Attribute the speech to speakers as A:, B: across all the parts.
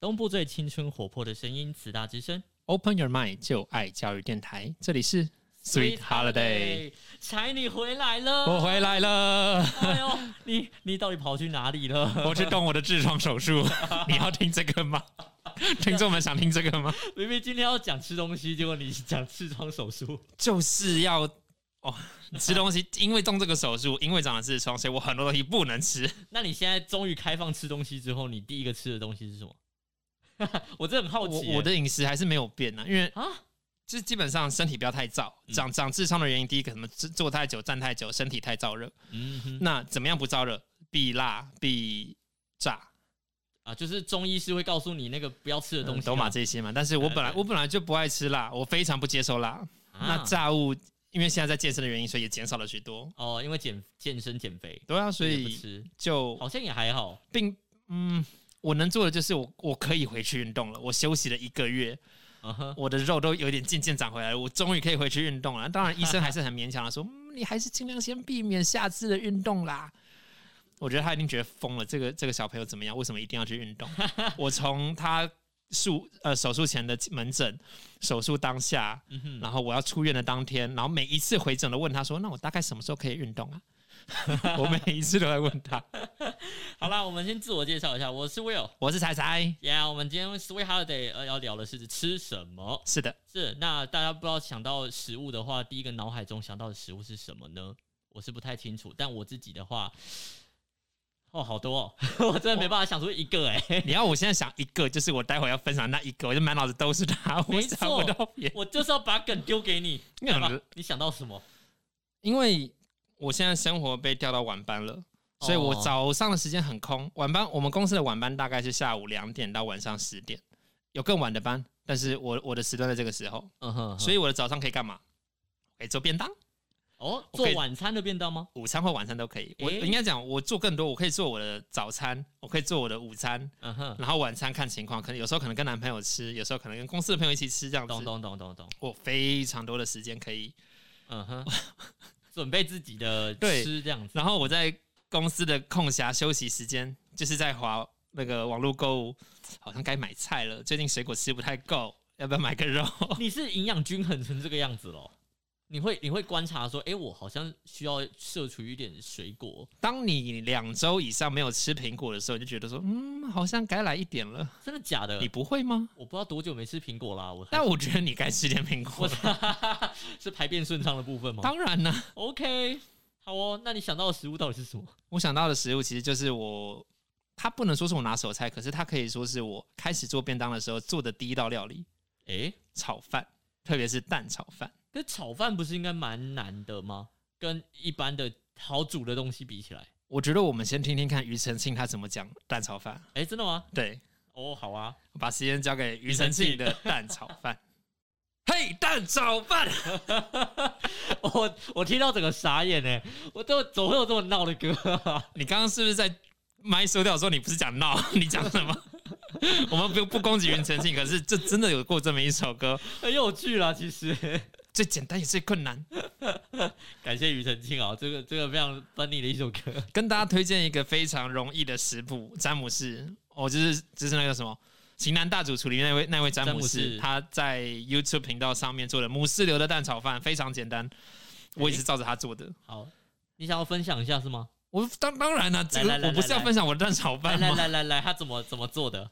A: 东部最青春活泼的声音，慈大之声
B: Open Your Mind 就爱教育电台，这里是 Sweet Holiday，哦
A: 柴你回来了，
B: 我回来了，
A: 哎呦，你你到底跑去哪里了？
B: 我去动我的痔疮手术， 你要听这个 吗？听众们想听这个吗？
A: 明明今天要讲吃东西，结果你讲痔疮手术，
B: 就是要 哦，吃东西，因为动这个手术，因为长了痔疮，所以我很多东西不能吃。
A: 那你现在终于开放吃东西之后，你第一个吃的东西是什么？ 我真的很好
B: 我
A: 奇耶、
B: 我的饮食还是没有变呢、因为
A: 啊，
B: 就是基本上身体不要太燥，长长痔疮的原因，第一个什么坐坐太久、站太久，身体太燥热。
A: 嗯哼
B: 那怎么样不燥热？避辣、避炸。
A: 啊，就是中医师会告诉你那个不要吃的东
B: 嗯
A: 西、啊，
B: 都嘛这些嘛。但是我本来
A: 对对
B: 我本来就不爱吃辣，我非常不接受辣。
A: 啊
B: 那炸物，因为现在在健身的原因，所以也减少了许多。
A: 哦，因为减健身减肥，
B: 对啊，所
A: 也不
B: 以
A: 吃，
B: 就
A: 好像也还好。
B: 并嗯，我能做的就是我我可以回去运动了。我休息了一个月，
A: 嗯哼，
B: 我的肉都有点渐渐长回来了，我终于可以回去运动了。当然，医生还是很勉强的说，嗯，你还是尽量先避免下次的运动啦。我觉得他一定觉得疯了，这个这个小朋友怎么样？为什么一定要去运动？我从他术呃手术前的门诊、手术当下，
A: 嗯哼，
B: 然后我要出院的当天，然后每一次回诊都问他说：“那我大概什么时候可以运动啊？” 我每一次都在问他。
A: 好啦，我们先自我介绍一下，我是 Will。
B: 我是彩彩，
A: 呀、我们今天 Sweet Holiday 呃要聊的是吃什么？
B: 是的，
A: 是那大家不知道想到食物的话，第一个脑海中想到的食物是什么呢？我是不太清楚，但我自己的话，哦，好多哦， 我真的没办法想出一个哎、
B: 你要我现在想一个，就是我待会要分享那一个，我就满脑子都是他，我
A: 没
B: 想不
A: 错
B: 到别
A: 我就是要把梗丢给 你，
B: 你很
A: 好吧你想到什么？
B: 因为我现在生活被调到晚班了，所以我
A: 哦
B: 早上的时间很空。晚班我们公司的晚班大概是下午两点到晚上十点，有更晚的班，但是我我的时段在这个时候，
A: 嗯哼，
B: 所
A: 以
B: 以我的早上可以干嘛？可以做便当，
A: 哦，
B: 我可
A: 做
B: 以
A: 晚餐的便当吗？
B: 午餐或晚餐都可以。我
A: 诶
B: 我应该讲，我做更多，我可以做我的早餐，我可以做我的午餐，
A: 嗯哼，
B: 然后晚餐看情况，可能有时候可能跟男朋友吃，有时候可能跟公司的朋友一起吃这样
A: 懂
B: 子。
A: 懂懂懂懂，
B: 我非常多的时间可以
A: 嗯哼，准备自己的
B: 对
A: 吃这样子，
B: 然后我在公司的空暇休息时间，就是在划那个网络购物，好像该买菜了。最近水果吃不太够，要不要买个肉？
A: 你是营养均衡成这个样子咯？你会你会观察说，诶，我好像需要摄取一点水果，
B: 当你两周以上没有吃苹果的时候，你就觉得说，嗯，好像该来一点了。
A: 真的假的
B: 你？不会吗？
A: 我不知道多久没吃苹果啦，我
B: 但我觉得你该吃点苹果
A: 我
B: 了。
A: 是排便顺畅的部分吗
B: 当然啦、
A: ？OK，好哦，那你想到的食物到底是什么？
B: 我想到的食物其实就是我，它不能说是我拿手菜，可是它可以说是我开始做便当的时候做的第一道料理
A: 诶，
B: ——炒饭，特别是蛋炒饭。
A: 可是炒饭不是应该蛮难的吗？跟一般的好煮的东西比起来，
B: 我觉得我们先听听看庾澄庆他怎么讲蛋炒饭。
A: 诶，真的吗？
B: 对，
A: 哦，好啊，
B: 我把时间交给庾澄庆 的蛋炒饭。嘿，蛋炒饭，
A: 我我听到整个傻眼诶，我都怎么会有这么闹的歌啊？
B: 你刚刚是不是在麦收掉的时候，你不是讲闹， 你讲什么？我们不不攻击庾澄庆，可是这真的有过这么一首歌，
A: 很有趣啦，其实。
B: 最简单也最困难。
A: 感谢庾澄庆啊，这个这个非常 funny 的一首歌。
B: 跟大家推荐一个非常容易的食谱，詹姆士，哦，就是就是那个什么。型男大主厨里面那位那位詹姆
A: 詹姆
B: 士，
A: 士
B: 他在 YouTube 频道上面做的母士流的蛋炒饭非常简单，我也是照着他做的。
A: 好，你想要分享一下是吗？
B: 我当当然了、这
A: 来来
B: 个
A: 来
B: 我不是要
A: 来
B: 分享我的蛋炒
A: 来
B: 饭
A: 来
B: 吗？
A: 来来来，他怎么怎么做的？是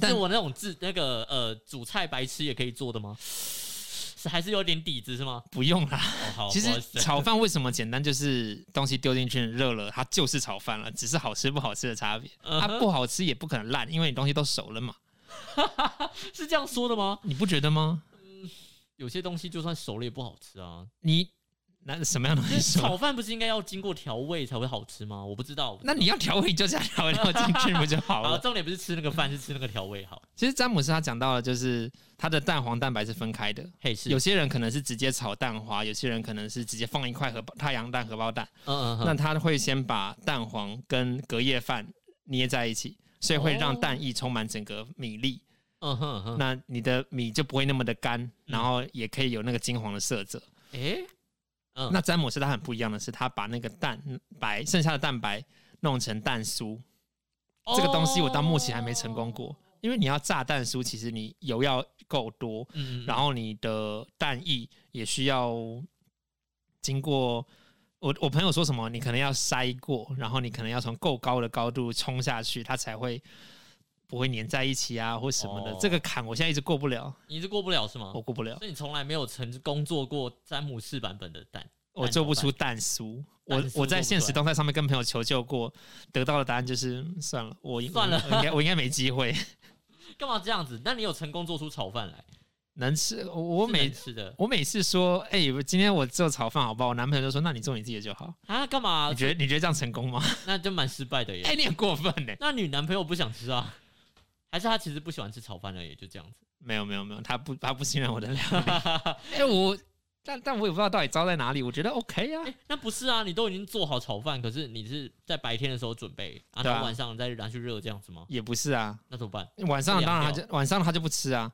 B: 但
A: 我那种自那个呃煮菜白痴也可以做的吗？是还是有点底子是吗？
B: 不用啦。
A: 哦，好，
B: 其
A: 不好
B: 实
A: 意思
B: 炒饭为什么简单，就是东西丢进去热了，它就是炒饭了，只是好吃不好吃的差别。
A: 嗯
B: 它
A: 哼
B: 啊不好吃也不可能烂，因为你东西都熟了嘛，
A: 是这样说的吗？
B: 你不觉得吗？
A: 有些东西就算熟了也不好吃啊。
B: 你那什么样的东
A: 但
B: 西
A: 是
B: 熟？
A: 炒饭不是应该要经过调味才会好吃吗？我不知道。
B: 那你要调味你就加调味料进去不就 好
A: 好，
B: 了？
A: 重点不是吃那个饭，是吃那个调味。好，
B: 其实詹姆斯他讲到了，就是他的蛋黄蛋白是分开的，
A: 嘿是，
B: 有些人可能是直接炒蛋花，有些人可能是直接放一块荷包太阳蛋荷包蛋。
A: 嗯嗯
B: 那
A: 嗯，
B: 他会先把蛋黄跟隔夜饭捏在一起，所以会让
A: 哦
B: 蛋液充满整个米粒。
A: 嗯哼哼，
B: 那你的米就不会那么的干，
A: 嗯
B: 然后也可以有那个金黄的色泽。
A: 诶，嗯
B: 那詹姆斯他很不一样的是，他把那个蛋白
A: 哦
B: 剩下的蛋白弄成蛋酥，这个东西我到目前还没成功过。因为你要炸弹酥，其实你油要够多，
A: 嗯，
B: 然后你的蛋液也需要经过。我我朋友说什么，你可能要筛过，然后你可能要从够高的高度冲下去，它才会不会粘在一起啊，或什么的。
A: 哦
B: 这个坎我现在一直过不了，
A: 你是过不了是吗
B: 我？过不了，
A: 所以你从来没有成功做过詹姆士版本的蛋，
B: 我做不出蛋酥。
A: 蛋
B: 我
A: 酥
B: 我
A: 做不
B: 在哦
A: 啊
B: 现实
A: 出来
B: 动态上面跟朋友求救过，得到的答案就是算了，我
A: 算了
B: 我应该我应该没机 会。
A: 干嘛这样子？那你有成功做出炒饭来？
B: 能吃我我
A: 是能
B: 每
A: 吃的
B: 我每次说，哎、我今天我做炒饭好不好？我男朋友就说，那你做你自己的就好。
A: 啊？干嘛
B: 你？觉得你觉得这样成功吗？
A: 那就蛮失败的耶
B: 哎、。你很过分呢、
A: 那你男朋友不想吃啊？还是他其实不喜欢吃炒饭而已，就这样子。
B: 没有没有没有，他不他不信任我的 料理。哎、我但但我也不知道到底糟在哪里。我觉得 OK 啊，
A: 哎、那不是啊，你都已经做好炒饭，可是你是在白天的时候准备，啊，
B: 对啊
A: 然后晚上再拿去热这样子吗？
B: 也不是啊。
A: 那怎么办？
B: 晚上
A: 不
B: 当
A: 良
B: 然他就晚上他就不吃啊。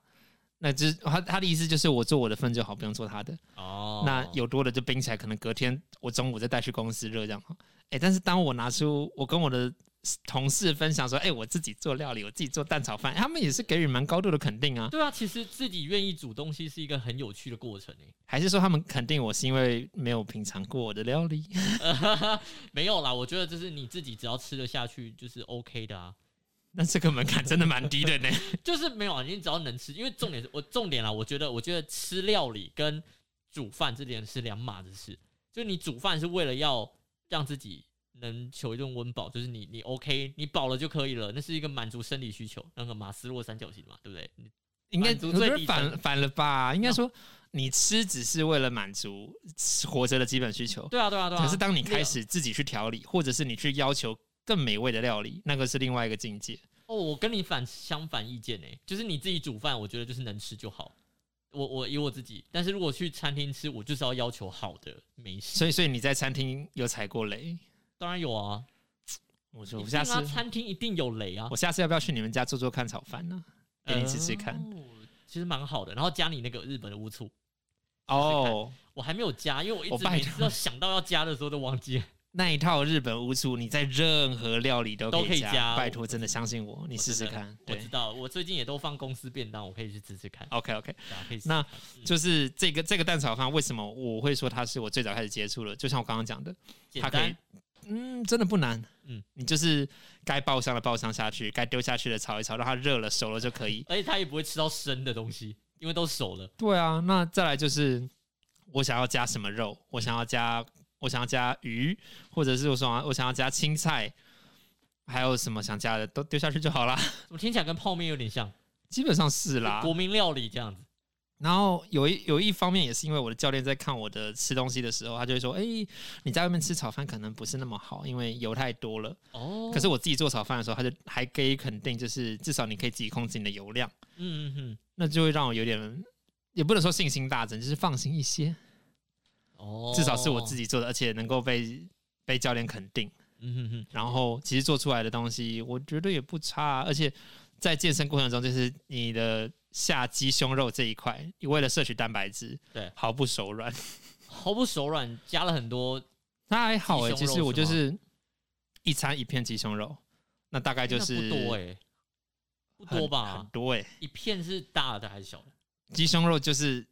B: 那就是他他的意思就是我做我的份就好，不用做他的。
A: 哦，
B: 那有多的就冰起来，可能隔天我中午再带去公司热这样。哎、但是当我拿出我跟我的同事分享说，哎、我自己做料理，我自己做蛋炒饭，他们也是给予蛮高度的肯定啊。
A: 对啊，其实自己愿意煮东西是一个很有趣的过程诶、
B: 还是说他们肯定我是因为没有品尝过我的料理？
A: 欸 没有啦，我觉得这是你自己只要吃得下去就是 OK 的啊，
B: 那这个门槛真的蛮低的呢。
A: 就是没有啊，你只要能吃，因为重点是我重点啦，啊我觉得我觉得吃料理跟煮饭这点是两码子事，就你煮饭是为了要让自己能求一顿温饱，就是你你 OK 你饱了就可以了，那是一个满足生理需求，那个马斯洛三角形嘛，对不对？你
B: 应该
A: 满足
B: 我觉
A: 最
B: 得
A: 底层嗯
B: 反反了吧？应该说你吃只是为了满足活着的基本需求，
A: 对啊对啊对啊，
B: 可是当你开始自己去调理，或者是你去要求更美味的料理，那个是另外一个境界。
A: 哦，我跟你反相反意见呢、欸就是你自己煮饭，我觉得就是能吃就好。我我以我自己，但是如果去餐厅吃，我就是要要求好的美食。
B: 所以，所以你在餐厅有踩过雷？
A: 当然有啊，
B: 我说
A: 一
B: 我
A: 定
B: 下
A: 啊，
B: 次
A: 餐厅一定有雷啊
B: 我，下次要不要去你们家做做看炒饭呢？给你吃吃看。
A: 哦其实蛮好的，然后加你那个日本的乌醋，
B: 哦，
A: 我还没有加，因为我一
B: 我
A: 直
B: 拜
A: 每次
B: 托
A: 要想到要加的时候都忘 记了。
B: 那一套日本乌醋，你在任何料理都
A: 都可以加
B: 加。拜托，真的相信我，你
A: 我
B: 试试
A: 真的
B: 看。
A: 我
B: 对
A: 知道，我最近也都放公司便当，我可以去吃吃看，
B: ，OK OK。
A: 大家可以试
B: 那
A: 试看
B: 就是这个这个蛋炒饭，为什么我会说它是我最早开始接触的？就像我刚刚讲的，
A: 简
B: 它可以
A: 单，
B: 嗯，真的不难，
A: 嗯
B: 嗯，你就是该爆香的爆香下去，该丢下去的炒一炒，让它热了熟了就可以。
A: 而且它也不会吃到生的东西，因为都熟了。
B: 对啊，那再来就是我想要加什么肉，我想要加我想要加鱼，或者是我想要我想要加青菜，还有什么想加的都丢下去就好啦，
A: 怎么听起来跟泡面有点像？
B: 基本上是啦。
A: 国民料理这样子。
B: 然后有一有一方面也是因为我的教练在看我的吃东西的时候，他就会说：“哎、你在外面吃炒饭可能不是那么好，因为油太多了。
A: 哦
B: 可是我自己做炒饭的时候，他就还可以肯定，就是至少你可以自己控制你的油量，
A: 嗯嗯嗯，
B: 那就会让我有点也不能说信心大增，就是放心一些。
A: 哦
B: 至少是我自
A: 己，
B: 己做的，而且能够被被教练肯定。
A: 嗯哼哼，
B: 然后其实做出来的东西，我觉得也不差啊、而且在健身过程中，就是你的下肌胸肉这一块，你为了摄取蛋白质，
A: 对
B: 毫不手软。
A: 毫不手软，加了很多，
B: 那还好哎、
A: 鸡胸
B: 其
A: 肉
B: 实我
A: 是
B: 就
A: 吗
B: 是一餐一片鸡胸肉，那大概就
A: 那
B: 是
A: 不多哎、不
B: 很
A: 多
B: 很
A: 吧？
B: 多哎、
A: 一片是大的还是小的？
B: 鸡胸肉就是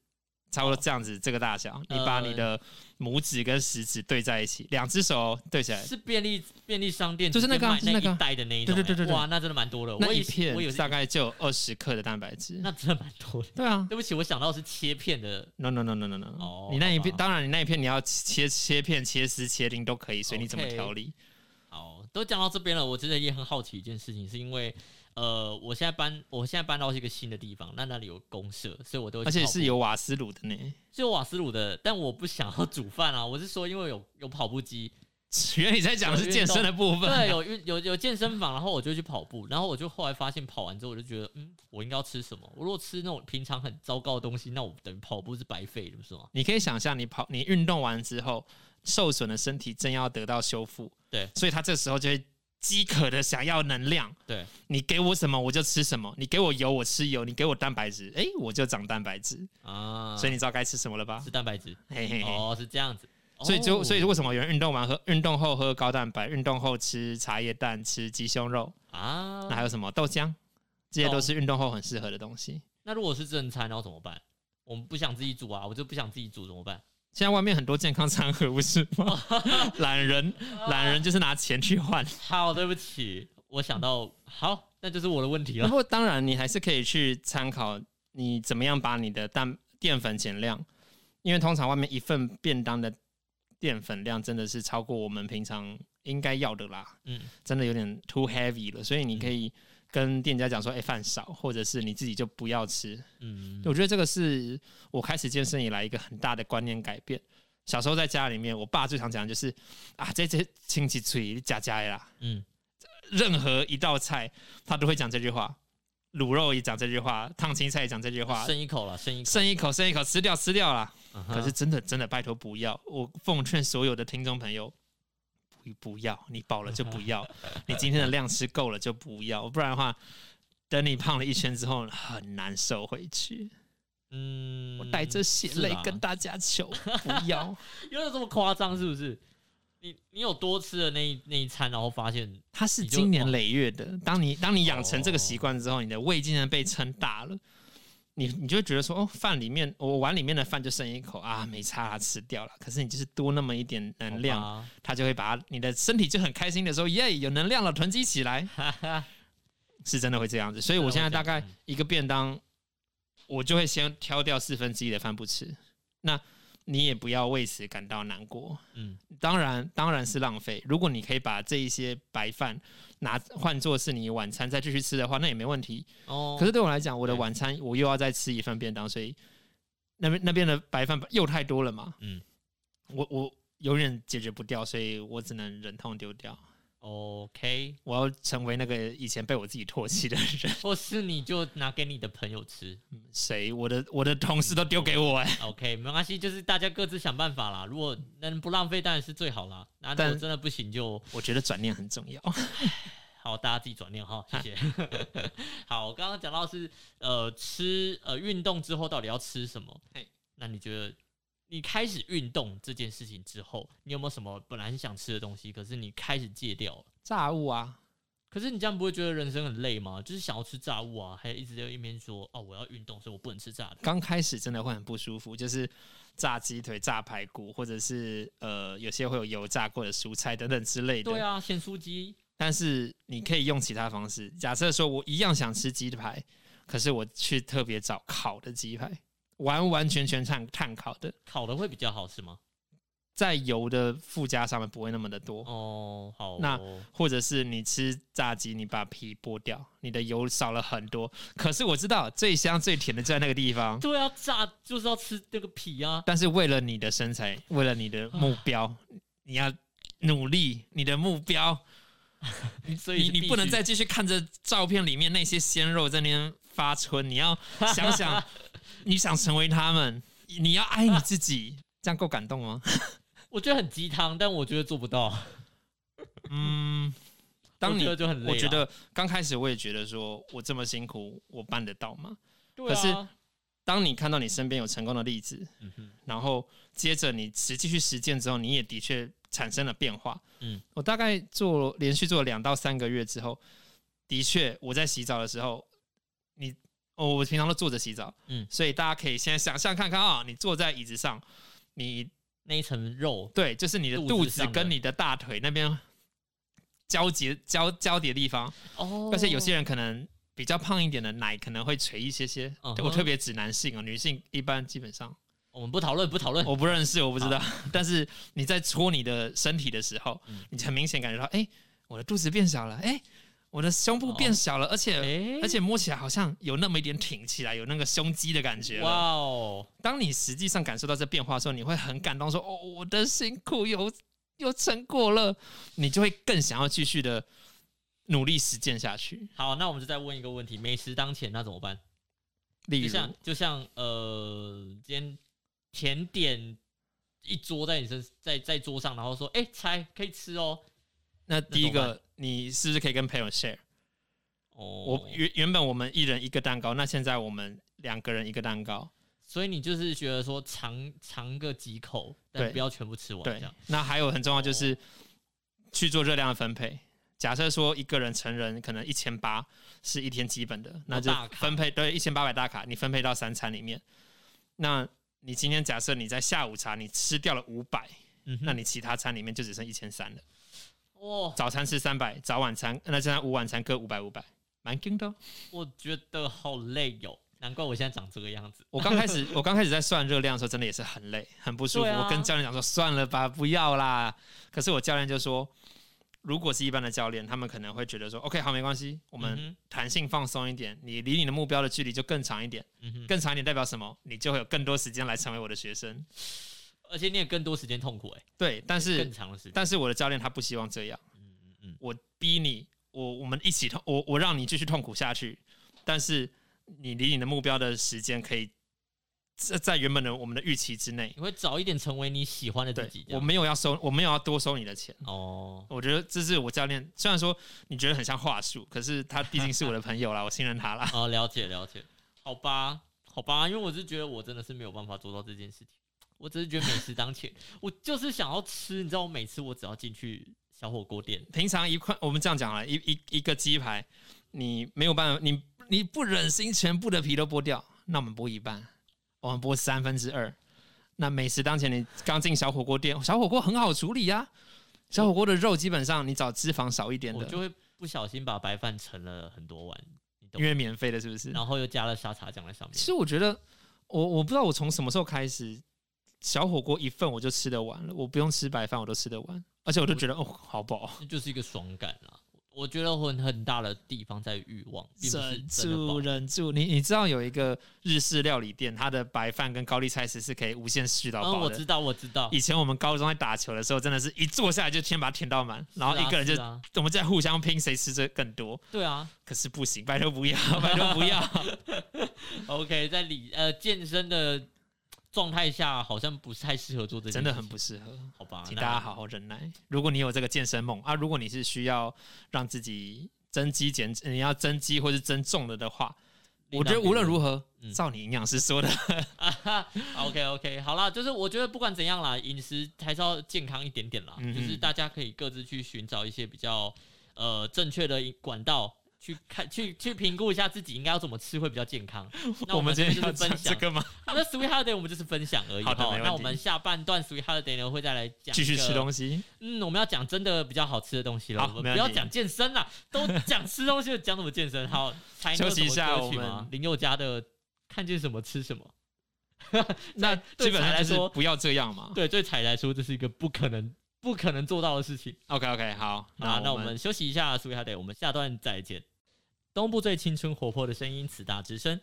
B: 差不多这样子，这个大小，你把
A: 呃
B: 你的拇指跟食指对在一起，两只手对起来，
A: 是便利便利商店
B: 就是那个啊
A: 直接卖
B: 就是那个啊
A: 一袋的那一种、欸
B: 对对对对对
A: 哇，那真的蛮多的。
B: 那
A: 我以
B: 一片
A: 我有
B: 大概就有二十克的蛋白质。
A: 那真的蛮多的。
B: 对啊
A: 对不起，我想到是切片的，
B: ，no no no no no no，、
A: 哦
B: 你那一片
A: 好吧
B: 当然你那一片你要切切片、切丝、切丁都可以，随你怎么
A: OK
B: 调理。
A: 好，都讲到这边了，我真的也很好奇一件事情，是因为呃，我现在搬，我现在搬到一个新的地方，那那里有公社，所以我都会
B: 而且
A: 跑步
B: 是有瓦斯炉的呢，
A: 是有瓦斯炉的，但我不想要煮饭啊。我是说，因为有有跑步机，
B: 原来你在讲的是健身的部分啊、
A: 对，有运有有健身房，然后我就去跑步，然后我就后来发现跑完之后，我就觉得，嗯，我应该要吃什么？我如果吃那种平常很糟糕的东西，那我等于跑步是白费的，不是吗？
B: 你可以想象，你跑，你运动完之后，受损的身体正要得到修复，
A: 对，
B: 所以他这时候就会饥渴的想要能量。
A: 对，
B: 你给我什么我就吃什么，你给我油我吃油，你给我蛋白质，哎、我就长蛋白质。
A: 啊，
B: 所以你知道该吃什么了吧
A: 是？蛋白质
B: 嘿嘿嘿。
A: 哦，是这样子。
B: 所以就
A: 哦
B: 所以为什么有人运动完喝运动后喝高蛋白，运动后吃茶叶蛋、吃鸡胸肉，
A: 啊
B: 那，还有什么豆浆？这些都是运动后很适合的东西。
A: 那如果是正餐，然后怎么办？我们不想自己煮啊，我就不想自己煮，怎么办？
B: 现在外面很多健康餐盒不是 吗？懒人，懒人就是拿钱去换。
A: 好，对不起，我想到，好，那就是我的问题
B: 不
A: 了。
B: 过当然，你还是可以去参考你怎么样把你的蛋淀粉减量，因为通常外面一份便当的淀粉量真的是超过我们平常应该要的啦，
A: 嗯，
B: 真的有点 too heavy 了，所以你可以跟店家讲说，哎、饭少，或者是你自己就不要吃。
A: 嗯，
B: 我觉得这个是我开始健身以来一个很大的观念改变。小时候在家里面，我爸最常讲的就是啊，这这亲戚嘴加加啦，
A: 嗯，
B: 任何一道菜，他都会讲这句话。卤肉也讲这句话，烫青菜也讲这句话，
A: 剩一口了，剩一口。
B: 剩一口，剩一口，吃掉，吃掉啦。
A: 嗯哼
B: 可是真的，真的，拜托不要！我奉劝所有的听众朋友，不不要，你饱了就不要，你今天的量吃够了就不要，不然的话，等你胖了一圈之后，很难瘦回去。
A: 嗯，
B: 我带着血泪
A: 是啊啦
B: 跟大家求，不要。
A: 有点这么夸张，是不是？你你有多吃的那一那一餐，然后发现
B: 它是
A: 你就
B: 经年累月的。当你当你养成这个
A: 哦
B: 习惯之后，你的胃竟然被撑大了，你你就会觉得说，哦，饭里面我碗里面的饭就剩一口啊，没差、啊，吃掉了。可是你就是多那么一点能量，
A: 好吧
B: 它就会把你的身体就很开心的时候，耶，有能量了，囤积起来， 是真的会这样子。所以我现在大概
A: 嗯
B: 一个便当，我就会先挑掉四分之一的饭不吃。那你也不要为此感到难过，
A: 嗯，
B: 当然，当然是浪费。如果你可以把这一些白饭拿换作是你晚餐再继续吃的话，那也没问题。
A: 哦，
B: 可是对我来讲，我的
A: 对
B: 晚餐我又要再吃一份便当，所以那边那边的白饭又太多了嘛。
A: 嗯，
B: 我我永远解决不掉，所以我只能忍痛丢掉。
A: OK，
B: 我要成为那个以前被我自己唾弃的人。
A: 或是你就拿给你的朋友吃
B: 嗯谁？我的我的同事都丢给我哎、
A: ，OK，没关系，就是大家各自想办法啦。如果能不浪费，当然是最好啦。那如果
B: 但
A: 真的不行就，
B: 我觉得转念很重要。
A: 好，大家自己转念哈，谢 谢。好，我刚刚讲到是呃吃呃运动之后到底要吃什么
B: 嘿？
A: 那你觉得你开始运动这件事情之后，你有没有什么本来很想吃的东西，可是你开始戒掉了？
B: 炸物啊，
A: 可是你这样不会觉得人生很累吗？就是想要吃炸物啊，还一直在一边说哦，我要运动，所以我不能吃炸的。
B: 刚开始真的会很不舒服，就是炸鸡腿、炸排骨，或者是呃，有些会有油炸过的蔬菜等等之类的。
A: 对啊，咸酥鸡，
B: 但是你可以用其他方式。假设说我一样想吃鸡排，可是我去特别找烤的鸡排，完完全全碳碳烤的，
A: 烤的会比较好吃吗？
B: 在油的附加上面不会那么的多。
A: 哦，好哦
B: 那或者是你吃炸鸡，你把皮剥掉，你的油少了很多。可是我知道最香最甜的就在那个地方。
A: 对啊，炸就是要吃那个皮啊。
B: 但是为了你的身材，为了你的目标，
A: 嗯
B: 你要努力，你的目标，
A: 所以
B: 你
A: 是必
B: 你不能
A: 须
B: 再继续看着照片里面那些鲜肉在那边发春，你要想 想，你想成为他们，你要爱你自己，这样够感动吗？
A: 我觉得很鸡汤，但我觉得做不到。
B: 嗯，当
A: 我
B: 你
A: 觉得就很累啊，
B: 我觉得刚开始我也觉得说我这么辛苦，我办得到吗？
A: 对啊，
B: 可是当你看到你身边有成功的例子，
A: 嗯哼
B: 然后接着你实际去实践之后，你也的确产生了变化。
A: 嗯
B: 嗯，我大概做连续做了两到三个月之后，的确我在洗澡的时候，你哦，我平常都坐着洗澡，
A: 嗯
B: 嗯，所以大家可以先想象看看啊、你坐在椅子上，你
A: 那一层肉，
B: 对，就是你的
A: 肚
B: 肚
A: 子上的
B: 子跟你的大腿那边交接交交叠的地方，
A: 哦
B: 而且有些人可能。比较胖一点的奶可能会垂一些些
A: 嗯哼
B: 我特别指男性哦，女性一般基本上
A: 我们不讨论，不讨论。
B: 我不认识，我不知道。 但是你在搓你的身体的时候，
A: 嗯
B: 你很明显感觉到，哎、我的肚子变小了，哎、我的胸部变小了，而且、
A: 哎
B: 而且摸起来好像有那么一点挺起来，有那个胸肌的感觉了。
A: 哇哦，
B: 当你实际上感受到这变化的时候，你会很感动说哦，我的辛苦有有成果了，你就会更想要继续的努力实践下去。
A: 好，那我们就再问一个问题：美食当前，那怎么办？
B: 例
A: 就
B: 如，
A: 像就像呃，今天甜点一桌在你身在在桌上，然后说，哎、猜可以吃哦。
B: 那第一
A: 那怎么
B: 个，你是不是可以跟朋友 share？
A: 哦，
B: 我原原本我们一人一个蛋糕，那现在我们两个人一个蛋糕。
A: 所以你就是觉得说尝尝个几口，但
B: 对
A: 不要全部吃完这
B: 对
A: 样。，
B: 那还有很重要就是去做热量的分配，假设说一个人成人可能一千八是一天基本的，那就
A: 哦大卡
B: 分配对一千八百大卡，你分配到三餐里面。那你今天假设你在下午茶你吃掉了五百，
A: 嗯哼，
B: 那你其他餐里面就只剩一千三了。
A: 哇，
B: 早餐吃三百，早晚餐那现在午晚餐各五百五百，蛮劲的哦。
A: 我觉得好累哟、难怪我现在长这个样子。
B: 我刚开始我刚开始在算热量的时候，真的也是很累，很不舒服。
A: 对啊
B: 我跟教练讲说算了吧，不要啦。可是我教练就说，如果是一般的教练，他们可能会觉得说，OK，好，没关系，
A: 我
B: 我们弹性放松一点，你离你的目标的距离就更长一点，
A: 嗯哼，
B: 更长一点代表什么？你就会有更多时间来成为我的学生。
A: 而且你也更多时间痛苦哎、
B: 对，但
A: 更
B: 是
A: 长的时间。
B: 但是我的教练他不希望这样，
A: 嗯嗯嗯，
B: 我逼你，我我们一起痛，我我让你继续痛苦下去，但是你离你的目标的时间可以在在原本的我们的预期之内。
A: 你会早一点成为你喜欢的自
B: 对
A: 己，这
B: 我
A: 样。
B: 没有要收，我没有要多收你的钱。
A: 哦，
B: 我觉得这是我教练，虽然说你觉得很像话术，可是他毕竟是我的 朋友啦，我信任他啦。
A: 哦，了解了解，好吧，好吧，因为我是觉得我真的是没有办法做到这件事情，我只是觉得美食当 前，我就是想要吃，你知道，我每次我只要进去小火锅店，
B: 平常一块，我们这样讲好了，一一一个鸡排，你没有办法，你你不忍心全部的皮都剥掉，那我们剥一半，我们剥三分之二。那美食当前，你刚进小火锅店，小火锅很好处理呀、啊小火锅的肉基本上你找脂肪少一点
A: 我
B: 的，
A: 就会不小心把白饭盛了很多碗，你懂
B: 因，为免费的，是不是？
A: 然后又加了沙茶酱在上面
B: 其。实我觉得，我我不知道我从什么时候开始，小火锅一份我就吃得完了，我不用吃白饭我都吃得完，而且我就觉得哦，好饱，
A: 这就是一个爽感啦。我觉得很很大的地方在于欲望，并不是
B: 忍
A: 真的饱
B: 住忍住。你你知道有一个日式料理店，它的白饭跟高丽菜丝是可以无限续到
A: 嗯，
B: 饱
A: 我
B: 的。
A: 知道，我知道。
B: 以前我们高中在打球的时候，真的是一坐下来就先把它填到满，然后
A: 是啊
B: 一个人就是
A: 啊
B: 我们在互相拼谁吃这更多。
A: 对啊。
B: 可是不行，拜托不要，拜托不要。
A: OK，在理呃健身的状态下，好像不太适合做这件事
B: 真
A: 情，
B: 的很不适合。
A: 好吧？
B: 请
A: 啊那
B: 大家好好忍耐。如果你有这个健身梦啊，如果你是需要让自己增肌减，你要增肌或是增重了的话，
A: 另
B: 我
A: 当
B: 觉
A: 别论，
B: 得无论如何，
A: 嗯
B: 照你营养师说的，
A: OK OK，好啦，就是我觉得不管怎样啦，饮食还是要健康一点点啦，
B: 嗯嗯
A: 就是大家可以各自去寻找一些比较呃正确的管道。去看去去评估一下自己应该要怎么吃会比较健 康。那
B: 们今
A: 这边就
B: 天要
A: 是
B: 讲
A: 分
B: 这
A: 享，
B: 个吗？
A: 那 Sweet Holiday 我们就是分享而已
B: 好的
A: 哈。
B: 没问题
A: 那我们下半段 Sweet Holiday 呢会再来讲
B: 继续吃
A: 西。
B: 东西，
A: 嗯，我们要讲真的比较好吃的东西了，
B: 好
A: 我们
B: 没问
A: 不要
B: 题
A: 讲健身啦，都讲吃东西，讲什么健 身？啊好，猜
B: 休息一下
A: 歌曲
B: 我们
A: 吗林宥嘉的《看见什么吃什么》。
B: 那
A: 对
B: 基本
A: 才
B: 上
A: 来
B: 就是
A: 说
B: 不要这样嘛。
A: 对，对彩来说，这是一个不可能、不可能做到的事情
B: OK OK，好，
A: 啊。那
B: 我
A: 我们休息一下，苏哈得，我们下段再见。东部最青春活泼的声音，此大之声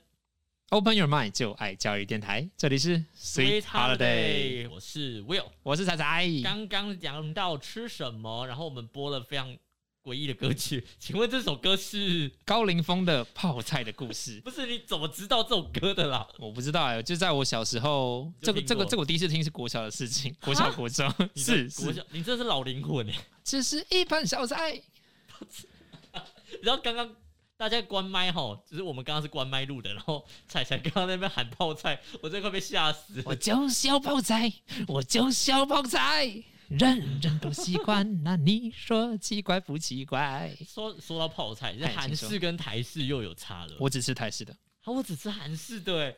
B: Open Your Mind 就爱教育电台，这里是 Sweet Holiday，
A: 我是 Will。
B: 我是彩彩。
A: 刚刚讲到吃什么，然后我们播了非常诡异的歌曲， 请问这首歌是
B: 高凌风的泡菜的故事。
A: 不是你怎么知道这首歌的 啦？
B: 我不知道哎、就在我小时候，
A: 就
B: 这个
A: 听过
B: 这个这个我第一次听是国小的事情，国小国中
A: 你这
B: 是
A: 国
B: 是，
A: 小，你这是老灵魂 哎、
B: 只是一盘小菜。
A: 然后刚刚大家关麦哈，只是我们刚刚是关麦录的，然后彩彩刚刚在那边喊泡菜，我真的快被吓死了。
B: 我就是要泡菜，我就是要泡菜，人人都习惯，那你说奇怪不奇怪？
A: 说说到泡菜，这
B: 哎
A: 韩
B: 请说
A: 式跟台式又有差了。我
B: 我只吃台式的。
A: 啊，我只吃韩式的、 欸，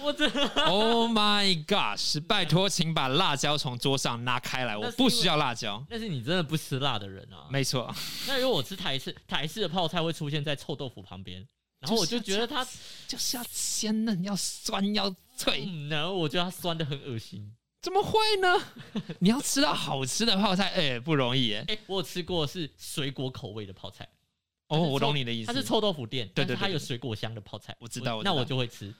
A: 我真的
B: Oh my gosh！拜托，请把辣椒从桌上拿开来，我不需要辣椒。
A: 那是你真的不吃辣的人啊。
B: 没错，
A: 那如果我吃台式台式的泡菜，会出现在臭豆腐旁边，然后我就觉得它，
B: 就是要鲜嫩，要酸，要脆，
A: 嗯，然后我觉得它酸的很恶心。
B: 怎么会呢？ 你要吃到好吃的泡菜，哎、不容易哎、
A: 哎、我有吃过是水果口味的泡菜，
B: 哦，
A: 它是
B: 我
A: 臭
B: 懂你的意思。
A: 它是臭豆腐店，但
B: 对
A: 是
B: 对
A: 它
B: 对
A: 有水果香的泡菜，
B: 我知道我知
A: 那
B: 道
A: 我就会吃。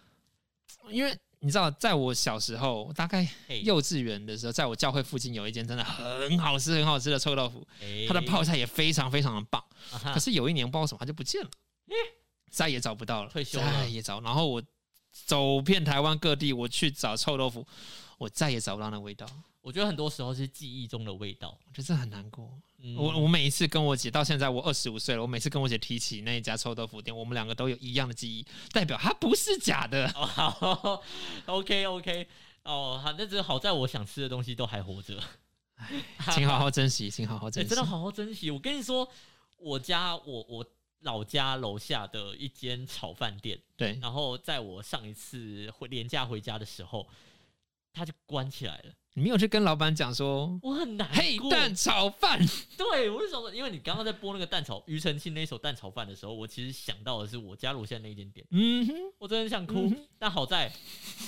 B: 因为你知道，在我小时候，大概
A: 嘿
B: 幼稚园的时候，在我教会附近有一间真的很好吃、很好吃的臭豆腐，
A: 哎
B: 它的泡菜也非常非常的棒。
A: 啊哈
B: 可是有一年不知道为什么它就不见了，再也找不到了，
A: 退休了
B: 再也找。然后我走遍台湾各地，我去找臭豆腐，我再也找不到那味道，
A: 我觉得很多时候是记忆中的味道。
B: 我觉得这很难过。
A: 嗯、
B: 我我每一次跟我姐，到现在我二十五岁了，我每次跟我姐提起那一家臭豆腐店，我们两个都有一样的记忆，代表它不是假 的。
A: 哦，好，OK OK，哦，好，那只是好在我想吃的东西都还活着，
B: 请好好珍惜，请好好
A: 哎、
B: 珍惜。
A: 真的好好珍惜。我跟你说，我家我我老家楼下的一间炒饭店，
B: 对，
A: 然后在我上一次回廉价回家的时候，它就关起来了，
B: 你没有去跟老板讲说，
A: 我很难
B: 嘿
A: 过。，
B: 蛋炒饭，
A: 对我是想说，因为你刚刚在播那个蛋炒庾澄庆那一首蛋炒饭的时候，我其实想到的是我家楼下那一间店，
B: 嗯哼，
A: 我真的很想哭，
B: 嗯哼
A: 但好在